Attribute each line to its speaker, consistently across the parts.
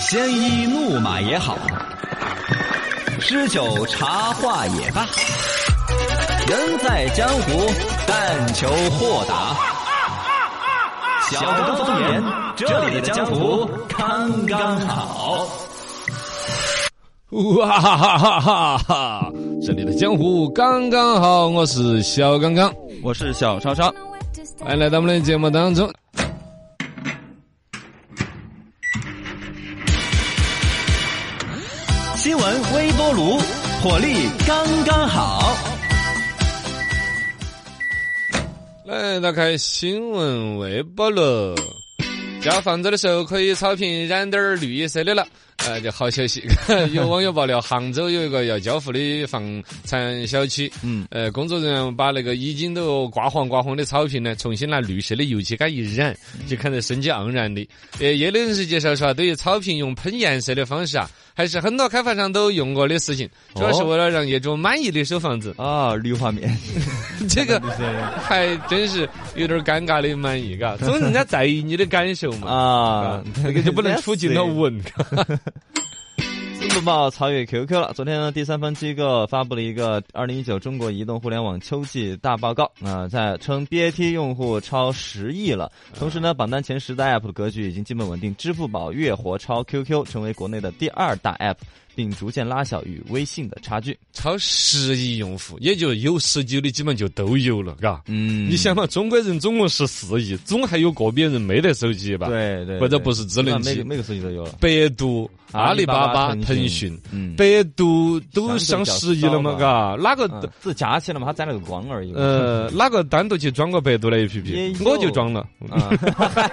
Speaker 1: 鲜衣怒马也好，诗酒茶话也罢，人在江湖，但求豁达。小刚方言，这里的江湖刚刚好。
Speaker 2: 哇哈哈哈哈哈！这里的江湖刚刚好，我是小刚刚，
Speaker 3: 我是小超超，
Speaker 2: 欢迎来到我们的节目当中。
Speaker 1: 新闻微波炉，火力刚刚好。
Speaker 2: 来打开新闻微博喽。交房子的时候可以草坪染点儿绿色的了，呃，就好消息。 有网友爆料，杭州有一个要交付的房产小区，嗯，呃，工作人员把那个已经都挂黄挂红的草坪呢，重新拿绿色的油漆给它一染，就看得生机盎然的。呃，业内人士介绍说啊，对于草坪用喷颜色的方式啊，还是很多开发商都用过的事情，主要是为了让业主满意的收 房子。
Speaker 3: 啊，绿化面，
Speaker 2: 这个还真是有点尴尬的满意， 嘎，总人家在意你的感受嘛，
Speaker 3: 啊，
Speaker 2: 那 个就不能处尽了吻，嘎
Speaker 3: 新闻报超越 QQ 了。昨天呢，第三方机构发布了一个《二零一九中国移动互联网秋季大报告》啊、在称 BAT 用户超十亿了。同时呢，榜单前十大 app 的格局已经基本稳定，支付宝月活超 QQ，成为国内的第二大 app，并逐渐拉小与微信的差距。
Speaker 2: 超十亿用户，也就有十九的基本就都有了，嘎。
Speaker 3: 嗯
Speaker 2: 你想嘛，中国人总共十四亿，总还有个别人没得手机吧？，
Speaker 3: 对对，
Speaker 2: 或者
Speaker 3: 对
Speaker 2: 不是智能
Speaker 3: 每
Speaker 2: 机
Speaker 3: 个每个手机都有了。
Speaker 2: 百度、阿里巴
Speaker 3: 阿
Speaker 2: 巴、
Speaker 3: 里巴巴
Speaker 2: 腾
Speaker 3: 腾
Speaker 2: 讯
Speaker 3: 讯，嗯
Speaker 2: 百度都上
Speaker 3: 相对较
Speaker 2: 十亿了嘛，
Speaker 3: 少
Speaker 2: 嘎，哪个
Speaker 3: 嗯，自夹起来嘛，它沾了个光而已嘛。
Speaker 2: 呃哪个单独去装过百度的
Speaker 3: 嗯也
Speaker 2: APP？
Speaker 3: 有
Speaker 2: 我就装了。
Speaker 3: 啊，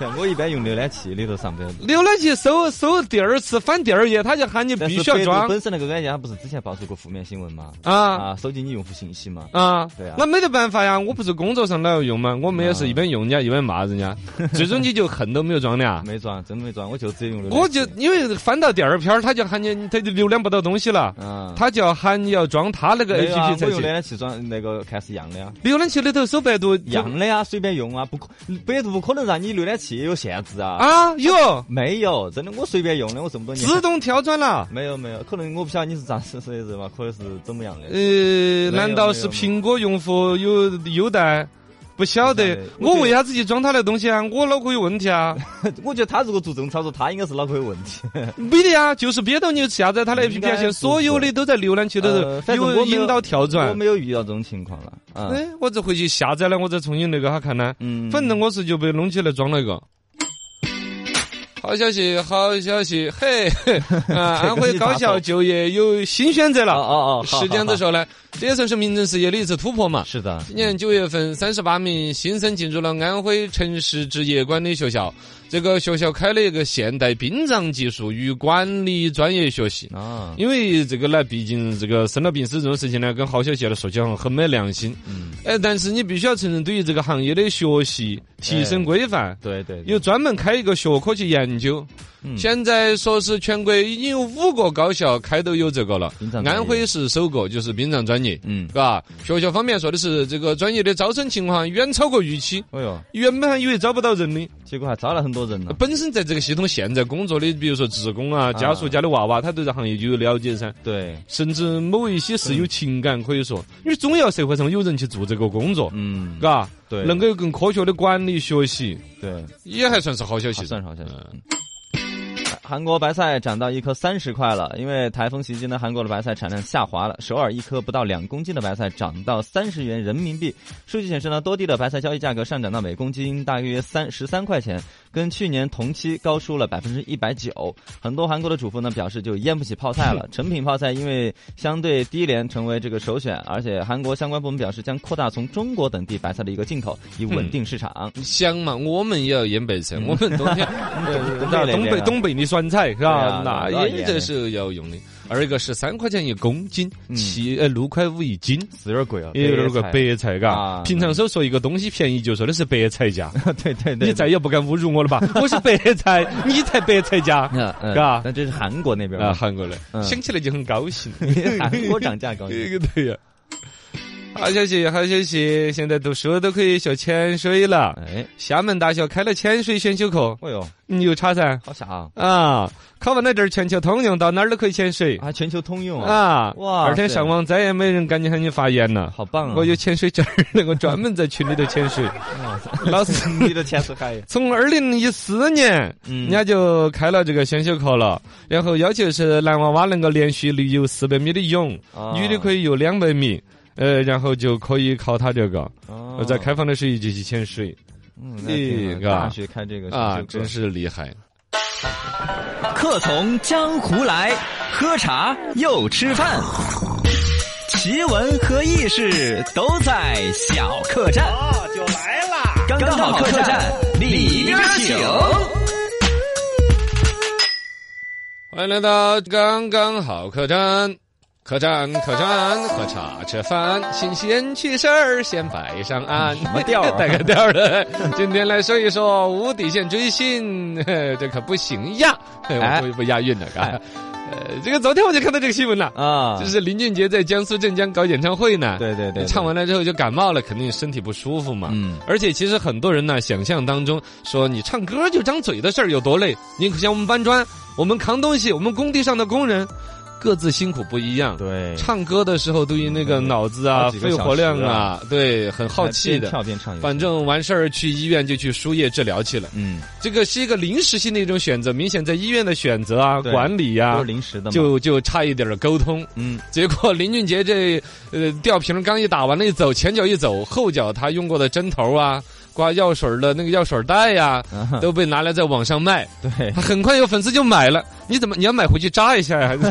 Speaker 3: 像我一般用浏览器里头上班。
Speaker 2: 浏览器搜搜第二次翻第二页，他就喊你
Speaker 3: 但
Speaker 2: 必
Speaker 3: 是
Speaker 2: 须要
Speaker 3: 百度
Speaker 2: 装
Speaker 3: 本身那个软件，它不是之前爆出过负面新闻吗？
Speaker 2: 啊
Speaker 3: 啊，收集你用户信息嘛。
Speaker 2: 啊！
Speaker 3: 对啊啊
Speaker 2: 那没得办法呀，我不是工作上哪要用嘛，我们也是一边用人家一边骂 人家，最终你就恨都没有装的啊！
Speaker 3: 没装，真没装，我就直接用浏览器。
Speaker 2: 我就因为翻到第二篇儿，他就喊你，他就浏览不到东西了，
Speaker 3: 啊，
Speaker 2: 他就要喊你要装他那个
Speaker 3: 没有啊
Speaker 2: APP 才
Speaker 3: 我用浏
Speaker 2: 行。
Speaker 3: 览器装那个看是一样的呀，
Speaker 2: 浏览器里头搜百度
Speaker 3: 一
Speaker 2: 就
Speaker 3: 样的呀，随便用啊，不可百度不可能让你浏览器有限制啊。
Speaker 2: 啊， 有
Speaker 3: 没有，真的，我随便用的，我这么多年。
Speaker 2: 自动跳转了。
Speaker 3: 没有没有，可能我不晓得你是咋是谁人嘛，可能是怎么样的。
Speaker 2: 呃，
Speaker 3: 有
Speaker 2: 难道
Speaker 3: 没
Speaker 2: 是
Speaker 3: 有
Speaker 2: 苹果用户有优待？不晓
Speaker 3: 不晓
Speaker 2: 得
Speaker 3: 得，
Speaker 2: 我
Speaker 3: 我觉得
Speaker 2: 为啥子去装他那东西啊？我脑壳有问题啊？
Speaker 3: 我觉得他如果做这种操作，他应该是脑壳有问题。
Speaker 2: 没得呀，就是憋到你下载它的 APP 啊，现在所有的都在浏览器都
Speaker 3: 呃
Speaker 2: 是
Speaker 3: 反正我没有
Speaker 2: 有引导跳
Speaker 3: 我
Speaker 2: 转。
Speaker 3: 没有遇到这种情况了。啊，
Speaker 2: 哎，我这回去下载了，我再重新那个哈看呢。
Speaker 3: 嗯，
Speaker 2: 反正我是就被弄起来装了一个。好消息，好消息，嘿， 嘿啊，安徽高校就业有新选择
Speaker 3: 哦
Speaker 2: 了。
Speaker 3: 哦哦，好
Speaker 2: 是这样子，
Speaker 3: 好
Speaker 2: 说呢，这也算是民政事业的一次突破嘛
Speaker 3: 好。是的，
Speaker 2: 今年九月份，三十八名新生进入了安徽城市职业管理学校。这个学校开了一个现代殡葬技术与管理专业学习。
Speaker 3: 啊，
Speaker 2: 因为这个呢，毕竟这个生老病死这种事情呢，跟好消息来说起来很没良心。
Speaker 3: 嗯，
Speaker 2: 哎，但是你必须要承认，对于这个行业的学习提升规范，
Speaker 3: 对对，对
Speaker 2: 有专门开一个学科去研究。
Speaker 3: 嗯
Speaker 2: 现在说是全国已经有五个高校开都有这个了
Speaker 3: 殡葬，专业
Speaker 2: 安徽是首个，就是殡葬专业。
Speaker 3: 嗯，
Speaker 2: 嘎，学校方面说的是这个专业的招生情况远超过预期，
Speaker 3: 哎呦，
Speaker 2: 原本还以为招不到人的。
Speaker 3: 结果还招了很多人呢。
Speaker 2: 本身在这个系统现在工作的，比如说职工啊、家属家的娃娃，他对这行业就有了解噻。
Speaker 3: 对，
Speaker 2: 甚至某一些是
Speaker 3: 嗯
Speaker 2: 有情感，可以说，因为总要社会上有人去做这个工作，
Speaker 3: 嗯，
Speaker 2: 嘎，
Speaker 3: 对，
Speaker 2: 能够有更科学的管理学习，
Speaker 3: 对，
Speaker 2: 也还算是好消息
Speaker 3: 好
Speaker 2: 的。
Speaker 3: 算是好消息。嗯韩国白菜涨到一颗三十块了，因为台风袭击呢，韩国的白菜产量下滑了。首尔一颗不到两公斤的白菜涨到三十元人民币。数据显示呢，多地的白菜交易价格上涨到每公斤大约三十三块钱，跟去年同期高出了百分之一百九。很多韩国的主妇呢表示就腌不起泡 菜了，成品泡菜因为相对低廉成为这个首选，而且韩国相关部门表示将扩大从中国等地白菜的一个进口，以稳定市场。
Speaker 2: 你想嘛，我们也要腌白
Speaker 3: 嗯
Speaker 2: 菜，我们冬 天
Speaker 3: 东东北那
Speaker 2: 呃东北
Speaker 3: 边啊
Speaker 2: 东北的酸菜是
Speaker 3: 对
Speaker 2: 吧
Speaker 3: 啊？
Speaker 2: 那
Speaker 3: 都要
Speaker 2: 也
Speaker 3: 腌
Speaker 2: 这是要用的。二一个是三块钱一公斤，
Speaker 3: 嗯
Speaker 2: 七呃六块五一斤。
Speaker 3: 是有点贵啊，
Speaker 2: 也有点儿个
Speaker 3: 白 菜
Speaker 2: 白菜，嘎。
Speaker 3: 啊
Speaker 2: 平常时说一个东西便宜，就说的是白菜价。
Speaker 3: 对对对，
Speaker 2: 你再也不敢侮辱我了吧？我是白菜，你才白菜价
Speaker 3: 那嗯
Speaker 2: 嘎
Speaker 3: 那这是韩国那边
Speaker 2: 啊！
Speaker 3: 吧？
Speaker 2: 韩国的，
Speaker 3: 嗯
Speaker 2: 想起来就很高兴。
Speaker 3: 韩国涨价高兴。
Speaker 2: 对呀。好消息，好消息！现在读书都可以学潜水了。
Speaker 3: 哎，
Speaker 2: 厦门大学开了潜水选修课，
Speaker 3: 哎呦，
Speaker 2: 牛叉噻！
Speaker 3: 好吓 啊！
Speaker 2: 啊，考完了证儿全球通用，到哪儿都可以潜水
Speaker 3: 啊，全球通用啊！
Speaker 2: 啊！
Speaker 3: 哇
Speaker 2: 二天
Speaker 3: 塞
Speaker 2: 上网再也没人敢喊你发言了。
Speaker 3: 好棒啊！
Speaker 2: 我有潜水证儿了，我专门在群里头潜水。老师，
Speaker 3: 你的潜水海，
Speaker 2: 从二零一四年，人
Speaker 3: 嗯
Speaker 2: 家就开了这个选修课了，然后要求是男娃娃能够连续游四百米的泳，女的可
Speaker 3: 以，
Speaker 2: 以游两百米，呃，然后就可以考他这个。
Speaker 3: 哦
Speaker 2: 呃在，开放的时候就去潜水
Speaker 3: 嗯那挺好
Speaker 2: 那个
Speaker 3: 大学开这个
Speaker 2: 啊，
Speaker 3: 选修
Speaker 2: 真
Speaker 3: 课
Speaker 2: 是厉害。
Speaker 1: 客从江湖来，喝茶又吃饭，奇闻和异事都在小客栈。哦，就来啦！刚刚好客栈里边请。
Speaker 2: 欢迎来到刚刚好客栈，客栈客栈喝茶吃饭，新鲜趣事儿先摆上岸。什么
Speaker 3: 啊
Speaker 2: 调、 带个调儿的。今天来说一说无底线追星， 嘿这可不行呀！ 嘿我
Speaker 3: 哎
Speaker 2: 不不押韵了，嘎。呃，这个昨天我就看到这个新闻了，
Speaker 3: 啊
Speaker 2: 就，是林俊杰在江苏镇江搞演唱会呢，
Speaker 3: 对对对，
Speaker 2: 唱
Speaker 3: 对，
Speaker 2: 完了之后就感冒了，肯定身体不舒服嘛。
Speaker 3: 嗯，
Speaker 2: 而且其实很多人呢，想象当中说你唱歌就张嘴的事儿有多累，你像我们搬砖，我们扛东西，我们工地上的工人，各自辛苦不一样。
Speaker 3: 对，
Speaker 2: 唱歌的时候，对于那个脑子啊、
Speaker 3: 好几个
Speaker 2: 肺
Speaker 3: 小时啊
Speaker 2: 活量啊，对，很好奇
Speaker 3: 边
Speaker 2: 的。
Speaker 3: 跳边唱也行，
Speaker 2: 嗯反正完事儿去医院就去输液治疗去了，
Speaker 3: 嗯，
Speaker 2: 这个是一个临时性的一种选择，明显在医院的选择啊、
Speaker 3: 对
Speaker 2: 管理呀、
Speaker 3: 都
Speaker 2: 啊
Speaker 3: 是，临时的嘛，
Speaker 2: 就就差一点儿沟通。
Speaker 3: 嗯，
Speaker 2: 结果林俊杰这呃吊瓶刚一打完了，一走前脚一走，后脚他用过的针头啊，挂药水儿的那个药水袋 呀、
Speaker 3: 啊
Speaker 2: 都被拿来在网上卖。
Speaker 3: 对，
Speaker 2: 他很快有粉丝就买了，你怎么你要买回去扎一下呀？还 是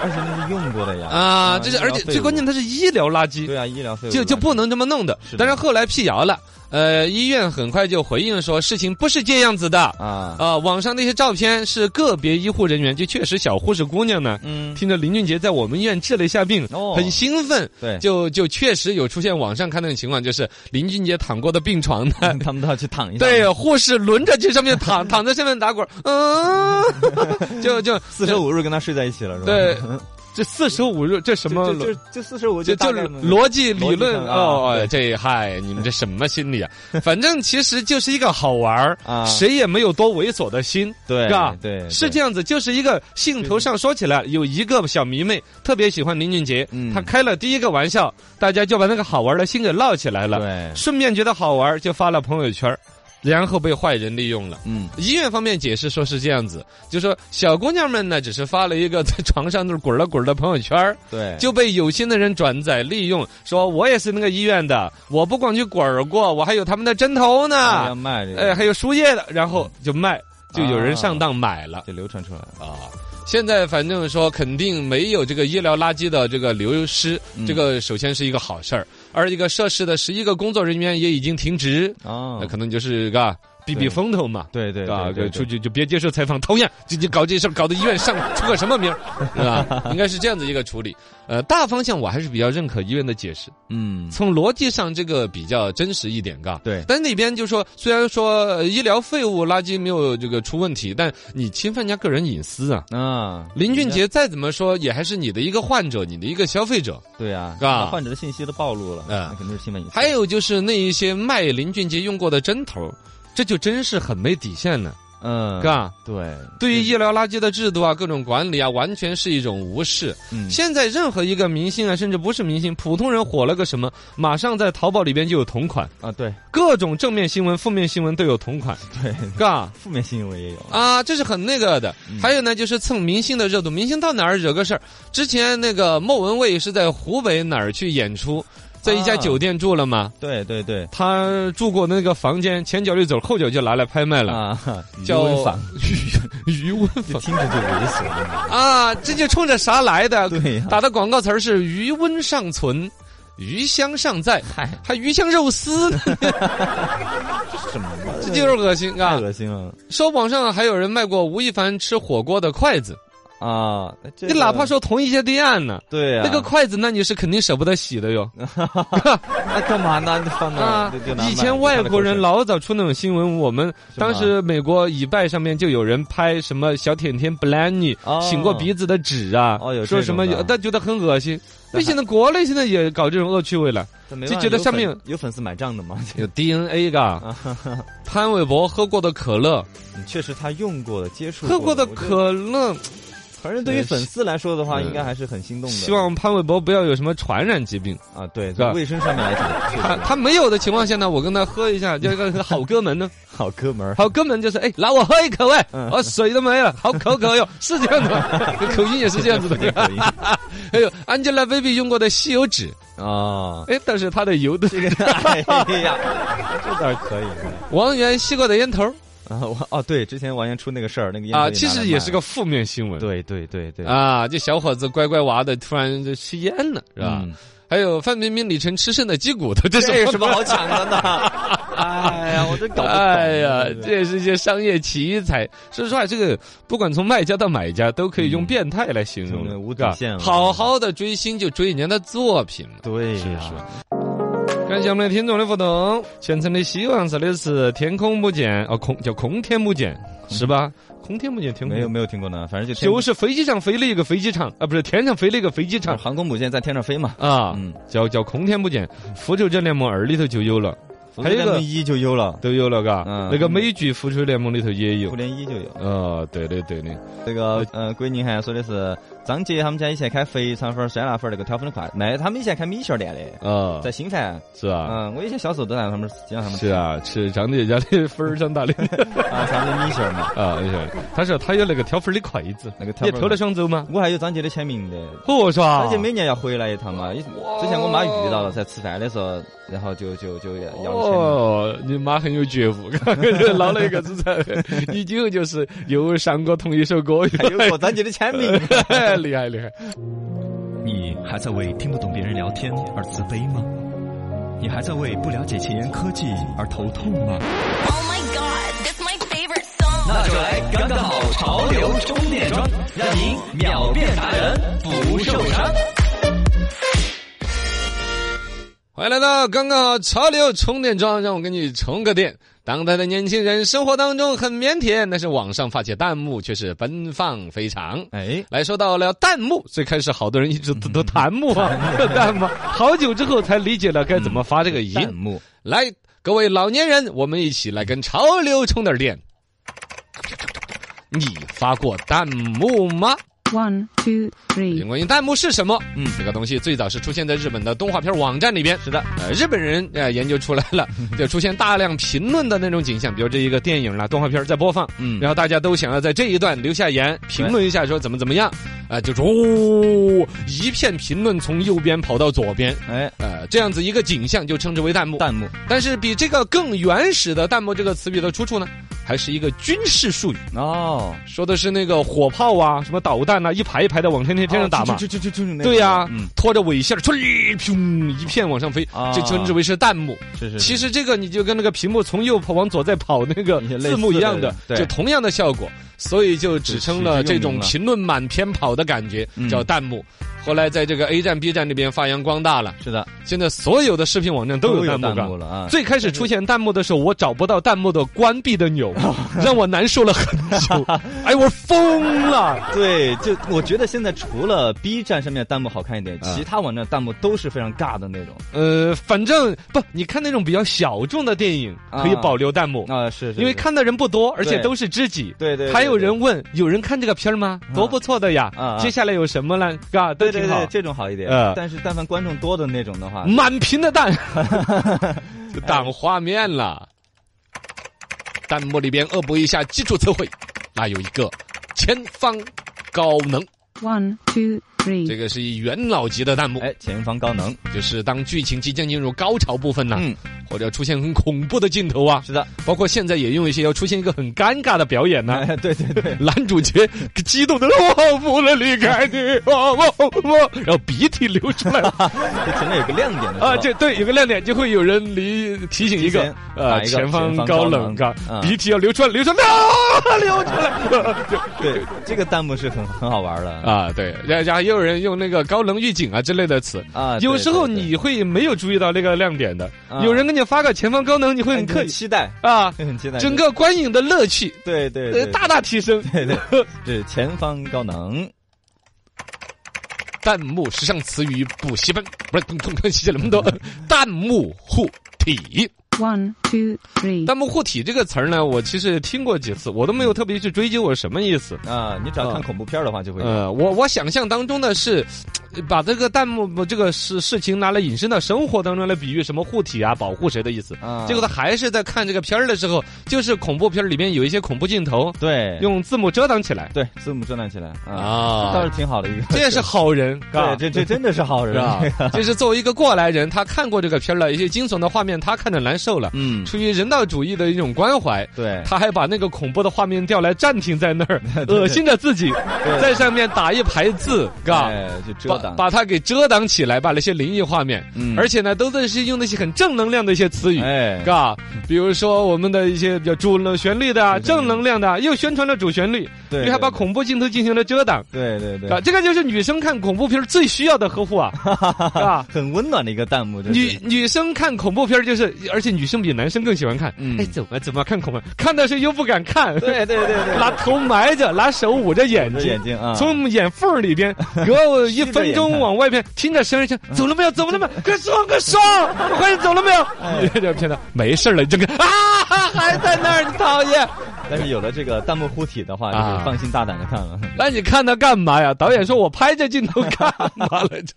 Speaker 3: 而且那是用过的呀，
Speaker 2: 啊，这是而且最关键，它是医疗垃圾。
Speaker 3: 对啊，医疗费
Speaker 2: 就就不能这么弄的
Speaker 3: 是，的
Speaker 2: 但是后来辟谣了，呃，医院很快就回应说事情不是这样子的，啊、
Speaker 3: 啊，
Speaker 2: 网上那些照片是个别医护人员，就确实小护士姑娘呢，
Speaker 3: 嗯，
Speaker 2: 听着林俊杰在我们医院治了一下病，
Speaker 3: 哦
Speaker 2: 嗯很兴奋，
Speaker 3: 对，
Speaker 2: 就就确实有出现网上看到的情况，就是林俊杰躺过的病床呢，
Speaker 3: 他们都要去躺一下，
Speaker 2: 啊对，护士轮着去上面躺， 躺在上面打滚儿，嗯， 就就
Speaker 3: 四舍五入跟他睡在一起了，是吧？
Speaker 2: 对， 这四舍五入，这什
Speaker 3: 什
Speaker 2: 么
Speaker 3: 么
Speaker 2: 逻
Speaker 3: 就就四十五
Speaker 2: 这
Speaker 3: 就
Speaker 2: 就
Speaker 3: 大概能
Speaker 2: 逻辑理
Speaker 3: 逻辑
Speaker 2: 论
Speaker 3: 上啊
Speaker 2: 哦，
Speaker 3: 对
Speaker 2: 哎这嗨，你们这什么心理啊？反正其实就是一个好玩儿，
Speaker 3: 啊，
Speaker 2: 谁啊也没有多猥琐的心，
Speaker 3: 对
Speaker 2: 是吧
Speaker 3: 对
Speaker 2: 是这
Speaker 3: 样，
Speaker 2: 样子，就是一个兴头上说起来，有一个小迷妹特别喜欢林俊杰，
Speaker 3: 嗯
Speaker 2: 她开了第一个玩笑，大家就把那个好玩的心给闹起来了，
Speaker 3: 对，
Speaker 2: 顺便觉得好玩就发了朋友圈儿，然后被坏人利用了。
Speaker 3: 嗯，
Speaker 2: 医院方面解释说是这样子，就说小姑娘们呢，只是发了一个在 床上那儿滚了滚的朋友圈儿，
Speaker 3: 对，
Speaker 2: 就被有心的人转载利用，说我也是那个医院的，我不光去滚儿过，我还有他们的针头
Speaker 3: 还要
Speaker 2: 呢，
Speaker 3: 卖这
Speaker 2: 哎，
Speaker 3: 个，
Speaker 2: 还有输液的，然后就卖，就有人上当买了。
Speaker 3: 就流传出来了，
Speaker 2: 啊。现在反正说肯定没有这个医疗垃圾的这个流失，
Speaker 3: 嗯
Speaker 2: 这个首先是一个好事儿，而一个涉事的十一个工作人员也已经停职，
Speaker 3: 啊
Speaker 2: 那，可能就是嘎避避风头嘛。
Speaker 3: 对对
Speaker 2: 啊，
Speaker 3: 对
Speaker 2: 就
Speaker 3: 对，
Speaker 2: 出去就别接受采访，讨厌！就就搞这事儿，搞得医院上出个什么名儿， 是吧？应该是这样子一个处理。呃，大方向我还是比较认可医院的解释，
Speaker 3: 嗯，
Speaker 2: 从逻辑上这个比较真实一点，嘎。
Speaker 3: 对
Speaker 2: 但那边就说，虽然说呃医疗废物垃圾没有这个出问题，但你侵犯人家个人隐私啊。
Speaker 3: 啊，
Speaker 2: 林俊杰再怎么说，也还是你的一个患者，你的一个消费者。
Speaker 3: 对啊，
Speaker 2: 是吧
Speaker 3: 把患者的信息都暴露了，
Speaker 2: 嗯
Speaker 3: 那肯定是新闻隐私，
Speaker 2: 还有就是那一些卖林俊杰用过的针头，这就真是很没底线了，
Speaker 3: 嗯，
Speaker 2: 嘎、
Speaker 3: 对，
Speaker 2: 对于
Speaker 3: 这
Speaker 2: 医疗垃圾的制度啊、各种管理啊，完全是一种无视。
Speaker 3: 嗯
Speaker 2: 现在任何一个明星啊，甚至不是明星，普通人火了个什么，马上在淘宝里边就有同款，
Speaker 3: 啊，对
Speaker 2: 各种正面新闻、负面新闻都有同款，
Speaker 3: 对，
Speaker 2: 嘎。
Speaker 3: 负面新闻也有，
Speaker 2: 啊，这是很那个的。
Speaker 3: 嗯
Speaker 2: 还有呢，就是蹭明星的热度，明星到哪儿惹个事儿。之前那个莫文蔚是在湖北哪儿去演出，在一家
Speaker 3: 啊
Speaker 2: 酒店住了嘛，
Speaker 3: 对对对，
Speaker 2: 他住过那个房间，前脚一走，后脚就拿来拍卖了，
Speaker 3: 啊，
Speaker 2: 叫
Speaker 3: 余文坊
Speaker 2: 余文
Speaker 3: 就
Speaker 2: 坊
Speaker 3: 听着就猥琐 了，
Speaker 2: 啊，这就冲着啥来的？
Speaker 3: 对呀，
Speaker 2: 打的广告词儿是“余温尚存，余香尚在
Speaker 3: 嗨，”，
Speaker 2: 还鱼香肉丝呢，
Speaker 3: 什么嘛
Speaker 2: 这就是恶心
Speaker 3: 太
Speaker 2: 啊！
Speaker 3: 恶心了
Speaker 2: 说网上还有人卖过吴亦凡吃火锅的筷子，
Speaker 3: 啊！这
Speaker 2: 你
Speaker 3: 个
Speaker 2: 哪怕说同一些地案呢，
Speaker 3: 对啊，
Speaker 2: 那个筷子，那你是肯定舍不得洗的哟。
Speaker 3: 那干嘛呢？放那
Speaker 2: 啊
Speaker 3: 就就拿！
Speaker 2: 以前外国人老早出那种新闻，我们
Speaker 3: 是吗
Speaker 2: 当时美国以拜上面就有人拍什么小甜甜布兰妮
Speaker 3: 哦
Speaker 2: 擤过鼻子的纸啊
Speaker 3: 哦有，这
Speaker 2: 说什么
Speaker 3: 种的
Speaker 2: 有，但觉得很恶心。那现在国内现在也搞这种恶趣味了，就觉得上面
Speaker 3: 有粉有粉丝买账 的嘛。
Speaker 2: 有 DNA 嘎。潘玮柏喝过的可乐，
Speaker 3: 嗯确实，他用过的、接触
Speaker 2: 喝过的
Speaker 3: 我觉得，
Speaker 2: 可乐，
Speaker 3: 反正对于粉丝来说的话，
Speaker 2: 嗯
Speaker 3: 应该还是很心动的。
Speaker 2: 希望潘玮柏不要有什么传染疾病。
Speaker 3: 啊，对，
Speaker 2: 是吧
Speaker 3: 从卫生上面来讲，确
Speaker 2: 他
Speaker 3: 实
Speaker 2: 他没有的情况下呢，我跟他喝一下，就一个好哥们呢。
Speaker 3: 好哥们儿。
Speaker 2: 好哥们就是哎，拿我喝一口哎，
Speaker 3: 嗯
Speaker 2: 我、水都没了，好口 渴哟，是这样的，口音也是这样子的。
Speaker 3: 口音
Speaker 2: 还有 Angelababy 用过的吸油纸，
Speaker 3: 啊，
Speaker 2: 哎，但是她的油 的。
Speaker 3: 这个哎呀，这倒是可以
Speaker 2: 王源吸过的烟头
Speaker 3: 啊。我哦，对，之前王源出那个事儿，那个烟
Speaker 2: 啊，
Speaker 3: 头
Speaker 2: 其
Speaker 3: 拿来
Speaker 2: 实也
Speaker 3: 卖
Speaker 2: 是个负面新闻。
Speaker 3: 对对对对，
Speaker 2: 啊，这小伙子乖乖娃的，突然就吸烟了，是吧？
Speaker 3: 嗯
Speaker 2: 还有范冰冰、李晨吃剩的鸡骨头，这
Speaker 3: 这
Speaker 2: 是
Speaker 3: 有什么好抢 的呢？哎呀，我真搞不懂。嗯
Speaker 2: 哎呀，这
Speaker 3: 对
Speaker 2: 也是一些商业奇才。说实话，这个不管从卖家到买家，都可以用
Speaker 3: 嗯
Speaker 2: 变态来形容
Speaker 3: 真
Speaker 2: 的，
Speaker 3: 的无底
Speaker 2: 是吧
Speaker 3: 线了啊
Speaker 2: 好好的追星就追人家的作品嘛。
Speaker 3: 对
Speaker 2: 是是
Speaker 3: 呀，
Speaker 2: 感谢我们的听众的互动。全程的希望是的是天空母舰，哦，空叫空天母舰是吧？空天母舰，天空
Speaker 3: 没有没有听过呢，反正就天
Speaker 2: 就是飞机上飞了一个飞机场啊，不是天上飞了一个飞机
Speaker 3: 就是
Speaker 2: 场
Speaker 3: 航空母舰在天上飞嘛。
Speaker 2: 啊，
Speaker 3: 嗯，
Speaker 2: 叫叫空天母舰。复仇者联盟二里头就有了，还有一个
Speaker 3: 复联一就有了，
Speaker 2: 都有了嘎。
Speaker 3: 嗯
Speaker 2: 那个美剧复仇联盟里头也有
Speaker 3: 复。联一就有。
Speaker 2: 哦，对的对的，
Speaker 3: 这个呃，闺女还说的是张姐他们家以前开肥肠粉儿、酸辣粉儿那个挑粉的快，那他们以前开米线儿店的，
Speaker 2: 啊，
Speaker 3: 在嗯新繁。
Speaker 2: 是啊，
Speaker 3: 嗯，我以前小时候都让他们让他们
Speaker 2: 是啊，吃张姐家的粉儿长大的
Speaker 3: 啊，他们的米线儿 嘛。
Speaker 2: 啊，是他说他有那个挑粉儿的筷子，
Speaker 3: 那个挑
Speaker 2: 你
Speaker 3: 粉儿
Speaker 2: 偷得上走吗？
Speaker 3: 我还有张姐的签名的，
Speaker 2: 嚯，是吧？
Speaker 3: 张姐每年要回来一趟嘛。以之前我妈遇到了，在吃饭的时候，然后就就就要要了签名。
Speaker 2: 哦，你妈很有觉悟， 捞了一个资产，你以后就是又上过同一首歌，
Speaker 3: 还有过张姐的签名。
Speaker 2: 厉害厉害。
Speaker 4: 你还在为听不懂别人聊天而自卑吗？你还在为不了解前沿科技而头痛吗？
Speaker 5: Oh my god, that's my favorite song.
Speaker 1: 那就来刚刚好潮流充电桩，让您秒变达人，不受伤。
Speaker 2: 欢迎来到刚刚好潮流充电桩，让我给你充个电。当代的年轻人生活当中很腼腆，但是网上发起弹幕却是奔放非常。
Speaker 3: 哎，
Speaker 2: 来说到了弹幕，最开始好多人一直读读弹幕 啊，弹幕，好久之后才理解了该怎么发这个音。
Speaker 3: 弹幕
Speaker 2: 来，各位老年人，我们一起来跟潮流充点电。你发过弹幕吗？
Speaker 6: One, two, three.
Speaker 2: 因为弹幕是什么？嗯，这个东西最早是出现在日本的动画片网站里边。是的，呃，日本人呃研究出来了，就出现大量评论的那种景象，比如这一个电影啦、动画片在播放，
Speaker 3: 嗯
Speaker 2: 然后大家都想要在这一段留下言，评论一下说怎么怎么样，啊、就说哦，一片评论从右边跑到左边，
Speaker 3: 哎，
Speaker 2: 呃，这样子一个景象就称之为弹幕。
Speaker 3: 弹幕
Speaker 2: 但是比这个更原始的“弹幕”这个词语的出处呢，还是一个军事术语，
Speaker 3: 哦，
Speaker 2: 说的是那个火炮啊、什么导弹啊，一排一排的往天天天上打嘛。
Speaker 3: 就就就就就那个
Speaker 2: 对呀、
Speaker 3: 嗯，
Speaker 2: 拖着尾线儿，唰砰一片往上飞，
Speaker 3: 啊
Speaker 2: 这称之为是弹幕。
Speaker 3: 是是，
Speaker 2: 其实这个你就跟那个屏幕从右跑往左再跑那个
Speaker 3: 也类
Speaker 2: 字幕
Speaker 3: 似
Speaker 2: 一样
Speaker 3: 的
Speaker 2: 的，
Speaker 3: 对
Speaker 2: 就同样的效果，所以就指称了这种
Speaker 3: 就取
Speaker 2: 评论满篇跑的感觉
Speaker 3: 嗯
Speaker 2: 叫弹幕。后来在这个 A 站、B 站那边发扬光大了，
Speaker 3: 是的，
Speaker 2: 现在所有的视频网站都有
Speaker 3: 有
Speaker 2: 弹幕
Speaker 3: 弹
Speaker 2: 感
Speaker 3: 幕。了啊。
Speaker 2: 最开始出现弹幕的时候，我找不到弹幕的关闭的钮，
Speaker 3: 啊
Speaker 2: 让我难受了很 久。哎，我疯了！
Speaker 3: 对，就我觉得现在除了 B 站上面的弹幕好看一点，
Speaker 2: 嗯
Speaker 3: 其他网站弹幕都是非常尬的那种。
Speaker 2: 呃，反正不，你看那种比较小众的电影可以
Speaker 3: 啊
Speaker 2: 保留弹幕，
Speaker 3: 啊，是是，
Speaker 2: 因为
Speaker 3: 是
Speaker 2: 看的人不多，而且
Speaker 3: 对
Speaker 2: 都是知己。
Speaker 3: 对对，对
Speaker 2: 还有人
Speaker 3: 对
Speaker 2: 问，有人看这个片儿吗？多不错的呀
Speaker 3: 啊啊！
Speaker 2: 接下来有什么呢？啊，都
Speaker 3: 对对
Speaker 2: 挺
Speaker 3: 对啊
Speaker 2: 好，。嗯
Speaker 3: 这种好一点
Speaker 2: 呃。
Speaker 3: 但是但凡观众多的那种的话，
Speaker 2: 满屏 的蛋，就挡画面了。弹幕里边恶补一下基础词汇，那有一个前方高能。
Speaker 6: One, two, three.
Speaker 2: 这个是一元老级的弹幕，
Speaker 3: 嗯哎，前方高能，
Speaker 2: 就是当剧情即将进入高潮部分呢、
Speaker 3: 嗯
Speaker 2: 或者出现很恐怖的镜头啊，
Speaker 3: 是的，
Speaker 2: 包括现在也用一些要出现一个很尴尬的表演呢、
Speaker 3: 哎， 对对对，
Speaker 2: 男主角激动的我不能离开你，哦我我我，然后鼻涕流出 来了
Speaker 3: 这前面有个亮点的
Speaker 2: 啊！
Speaker 3: 是吧
Speaker 2: 这对有个亮点，就会有人离提醒一
Speaker 3: 提
Speaker 2: 个
Speaker 3: 前
Speaker 2: 呃
Speaker 3: 打一个
Speaker 2: 前方
Speaker 3: 前方
Speaker 2: 高
Speaker 3: 高
Speaker 2: 冷
Speaker 3: 冷
Speaker 2: 啊，
Speaker 3: 嗯
Speaker 2: 鼻涕要流出来，流出来啊，流出来
Speaker 3: 对这个弹幕是很很好玩的。
Speaker 2: 啊！对，然然后又有人用那个高能预警啊之类的词。
Speaker 3: 啊，
Speaker 2: 有时候
Speaker 3: 对对对
Speaker 2: 你会没有注意到那个亮点的
Speaker 3: 啊，
Speaker 2: 有人给你发个前方高能，你会
Speaker 3: 哎
Speaker 2: 很
Speaker 3: 你
Speaker 2: 刻
Speaker 3: 很
Speaker 2: 意
Speaker 3: 期待，
Speaker 2: 啊，
Speaker 3: 很期待
Speaker 2: 整个观影的乐趣
Speaker 3: 对对
Speaker 2: 呃
Speaker 3: 对
Speaker 2: 大大提升。
Speaker 3: 对对，是前方高能。
Speaker 2: 弹幕时尚词语补习班，不是，写了那么多， 弹幕护体。
Speaker 6: One, two, three.
Speaker 2: 弹幕护体这个词儿呢，我其实听过几次，我都没有特别去追究我什么意思。
Speaker 3: 啊，你只要看
Speaker 2: 嗯
Speaker 3: 恐怖片儿的话就会有。
Speaker 2: 呃，我我想象当中的是，把这个弹幕不这个事事情拿来引申到生活当中来比喻什么护体啊、保护谁的意思。
Speaker 3: 啊，
Speaker 2: 结果他还是在看这个片儿的时候，就是恐怖片儿里面有一些恐怖镜头，
Speaker 3: 对
Speaker 2: 用字幕遮挡起来
Speaker 3: 对字母遮挡起来啊，
Speaker 2: 啊
Speaker 3: 倒是挺好的一个。
Speaker 2: 这也是好人，
Speaker 3: 对，
Speaker 2: 嘎
Speaker 3: 这这真的是好
Speaker 2: 是
Speaker 3: 人
Speaker 2: 吧？ 就是作为一个过来人，他看过这个片儿了，一些惊悚的画面他看着难受了，
Speaker 3: 嗯，
Speaker 2: 出于人道主义的一种关怀，
Speaker 3: 对，
Speaker 2: 他还把那个恐怖的画面调来暂停在 那儿，恶心着自己，在上面打一排字，嘎。
Speaker 3: 哎，去遮
Speaker 2: 把
Speaker 3: 挡。
Speaker 2: 把它给遮挡起来，把那些灵异画面，
Speaker 3: 嗯
Speaker 2: 而且呢，都在是用那些很正能量的一些词语，
Speaker 3: 哎，
Speaker 2: 嘎，比如说我们的一些比较主能旋律的啊、
Speaker 3: 对对
Speaker 2: 正能量的啊，又宣传了主旋律，
Speaker 3: 对，
Speaker 2: 你还把
Speaker 3: 对
Speaker 2: 恐怖镜头进行了遮挡，
Speaker 3: 对对对
Speaker 2: 啊，，这个就是女生看恐怖片儿最需要的呵 护啊，啊，
Speaker 3: 很温暖的一个弹幕，真是
Speaker 2: 女女生看恐怖片儿就是，而且女生比男生更喜欢看，
Speaker 3: 嗯
Speaker 2: 哎，怎么怎么看恐怖，看到是又不敢看，
Speaker 3: 对对对 对，
Speaker 2: 拿头埋着，拿手捂着眼
Speaker 3: 捂着
Speaker 2: 睛
Speaker 3: 眼。睛啊，
Speaker 2: 从眼缝儿里 边，隔我一分
Speaker 3: 眼看
Speaker 2: 钟往外边，听着声音，走了没有？走了没 有？快说，快 说，快点走了没
Speaker 3: 哎
Speaker 2: 有？你 这片的没事儿了，你这个 啊，还在那儿，你讨厌。
Speaker 3: 但是有了这个弹幕护体的话，
Speaker 2: 啊
Speaker 3: 就是放心大胆的看了。
Speaker 2: 那你看他干嘛呀？导演说我拍这镜头干嘛来 着？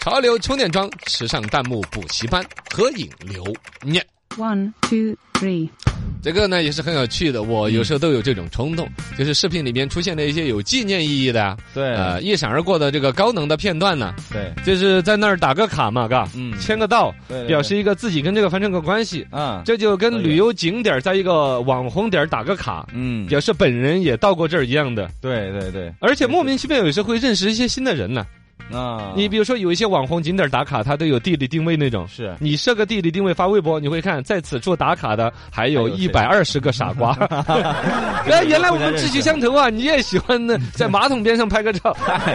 Speaker 2: 潮流充电桩，时尚弹幕补习班，合影留念。
Speaker 6: One, two, three.
Speaker 2: 这个呢也是很有趣的，我有时候都有这种冲动，就是视频里面出现的一些有纪念意义的啊，
Speaker 3: 嗯对
Speaker 2: 呃，一闪而过的这个高能的片段呢，
Speaker 3: 对
Speaker 2: 就是在那儿打个卡嘛，嘎，
Speaker 3: 嗯
Speaker 2: 签个到，
Speaker 3: 对对
Speaker 2: 表示一个自己跟这个发生个关系，
Speaker 3: 啊，
Speaker 2: 这就跟旅游景点儿在一个网红点儿打个卡，
Speaker 3: 嗯，
Speaker 2: 表示本人也到过这儿一样的。
Speaker 3: 对对对
Speaker 2: 而且莫名其妙有时候会认识一些新的人呢。
Speaker 3: 啊，
Speaker 2: 你比如说有一些网红景点打卡，它都有地理定位那种。
Speaker 3: 是
Speaker 2: 你设个地理定位发微博，你会看在此处打卡的还有
Speaker 3: 还有谁
Speaker 2: 一百二十个傻瓜。哎，原来我们志趣相投啊！你也喜欢呢，在马桶边上拍个 照。
Speaker 3: 哎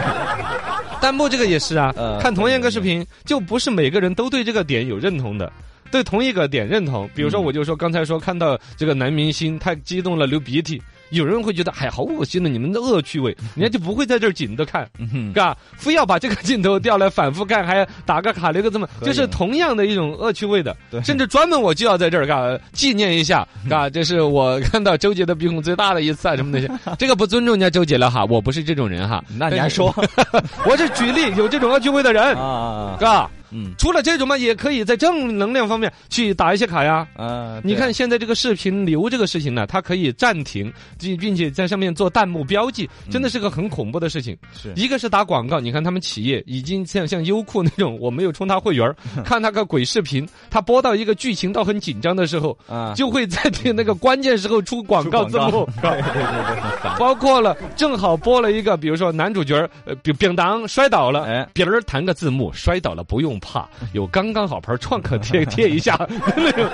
Speaker 2: 弹幕这个也是啊
Speaker 3: 呃，
Speaker 2: 看同样一个视频，就不是每个人都对这个点有认同的。对同一个点认同，比如说，
Speaker 3: 嗯
Speaker 2: 我就说刚才说看到这个男明星太激动了流鼻涕，有人会觉得哎好恶心的，你们的恶趣味，人家就不会在这儿紧着看，
Speaker 3: 嗯
Speaker 2: 嘎，非要把这个镜头调来反复看，还打个卡留个这么，
Speaker 3: 合
Speaker 2: 就是
Speaker 3: 影
Speaker 2: 同样的一种恶趣味的
Speaker 3: 对，
Speaker 2: 甚至专门我就要在这儿嘎纪念 一下，嘎，这是我 看到周杰的鼻孔最大的一次啊什么 那些，这个不尊重人家周杰了哈，我不是这种人哈，
Speaker 3: 那你还说
Speaker 2: 我是举例有这种恶趣味的人，
Speaker 3: 啊？
Speaker 2: 嘎，
Speaker 3: 嗯
Speaker 2: 除了这种嘛，也可以在正能量方面去打一些卡呀。
Speaker 3: 啊，
Speaker 2: 你
Speaker 3: 对
Speaker 2: 看现在这个视频流这个事情呢，它可以暂停，并并且在上面做弹幕标记，真的是个很恐怖的事情。
Speaker 3: 嗯是
Speaker 2: 一个是打广告，你看他们企业已经像像优酷那种，我没有充他会员儿，
Speaker 3: 嗯
Speaker 2: 看那个鬼视频，他播到一个剧情到很紧张的时候，
Speaker 3: 啊，
Speaker 2: 就会在那个关键时候出广告字幕。
Speaker 3: 对对对对，很 烦
Speaker 2: 包括了，正好播了一个，比如说男主角儿呃，比丙当摔倒了，
Speaker 3: 哎
Speaker 2: 别人弹个字幕，摔倒了不用怕，有刚刚好牌创可贴贴一下， 那种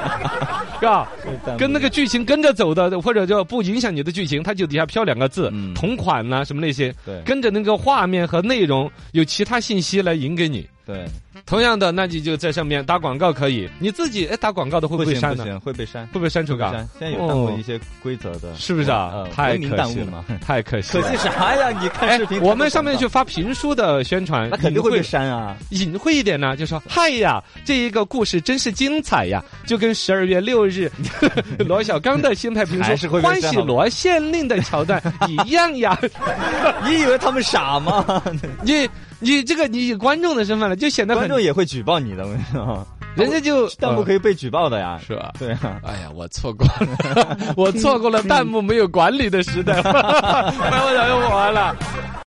Speaker 2: 是吧？跟那个剧情跟着走的，或者就不影响你的剧情，它就底下飘两个字，
Speaker 3: 嗯
Speaker 2: 同款呐、什么那些，
Speaker 3: 对
Speaker 2: 跟着那个画面和内容有其他信息来引给你。
Speaker 3: 对
Speaker 2: 同样的，那你就在上面打广告可以，你自己哎打广告的会
Speaker 3: 不
Speaker 2: 会
Speaker 3: 行
Speaker 2: 删
Speaker 3: 不
Speaker 2: 呢？
Speaker 3: 行会被删
Speaker 2: 会不会删除
Speaker 3: 会被
Speaker 2: 噶？
Speaker 3: 删，现在有弹幕
Speaker 2: 哦
Speaker 3: 一些规则的，
Speaker 2: 是不是啊
Speaker 3: 呃？
Speaker 2: 太
Speaker 3: 文明
Speaker 2: 可
Speaker 3: 弹
Speaker 2: 惜
Speaker 3: 幕
Speaker 2: 了
Speaker 3: 嘛，
Speaker 2: 太可惜
Speaker 3: 可
Speaker 2: 了。
Speaker 3: 惜啥呀？你看
Speaker 2: 哎
Speaker 3: 视频，，
Speaker 2: 我们上面去
Speaker 3: 就
Speaker 2: 发评书的宣传，
Speaker 3: 那肯定会被
Speaker 2: 隐
Speaker 3: 删啊。
Speaker 2: 隐晦一点呢，就说嗨呀，这一个故事真是精彩呀，就跟十二月六日 罗小刚的新派评
Speaker 3: 还
Speaker 2: 书
Speaker 3: 是
Speaker 2: 《
Speaker 3: 会被删
Speaker 2: 欢喜
Speaker 3: 好吗
Speaker 2: 罗县令》的 桥段一样呀。
Speaker 3: 你以为他们傻吗？
Speaker 2: 你你这个你以观众的身份了，就显得
Speaker 3: 观
Speaker 2: 很
Speaker 3: 众，也会举报你的，我跟你说
Speaker 2: 人家就
Speaker 3: 弹幕可
Speaker 2: 以
Speaker 3: 以被举报的呀。
Speaker 2: 是吧？
Speaker 3: 对啊，
Speaker 2: 哎呀，我错过 了，我错过了弹幕没有管理的时代，我我完了。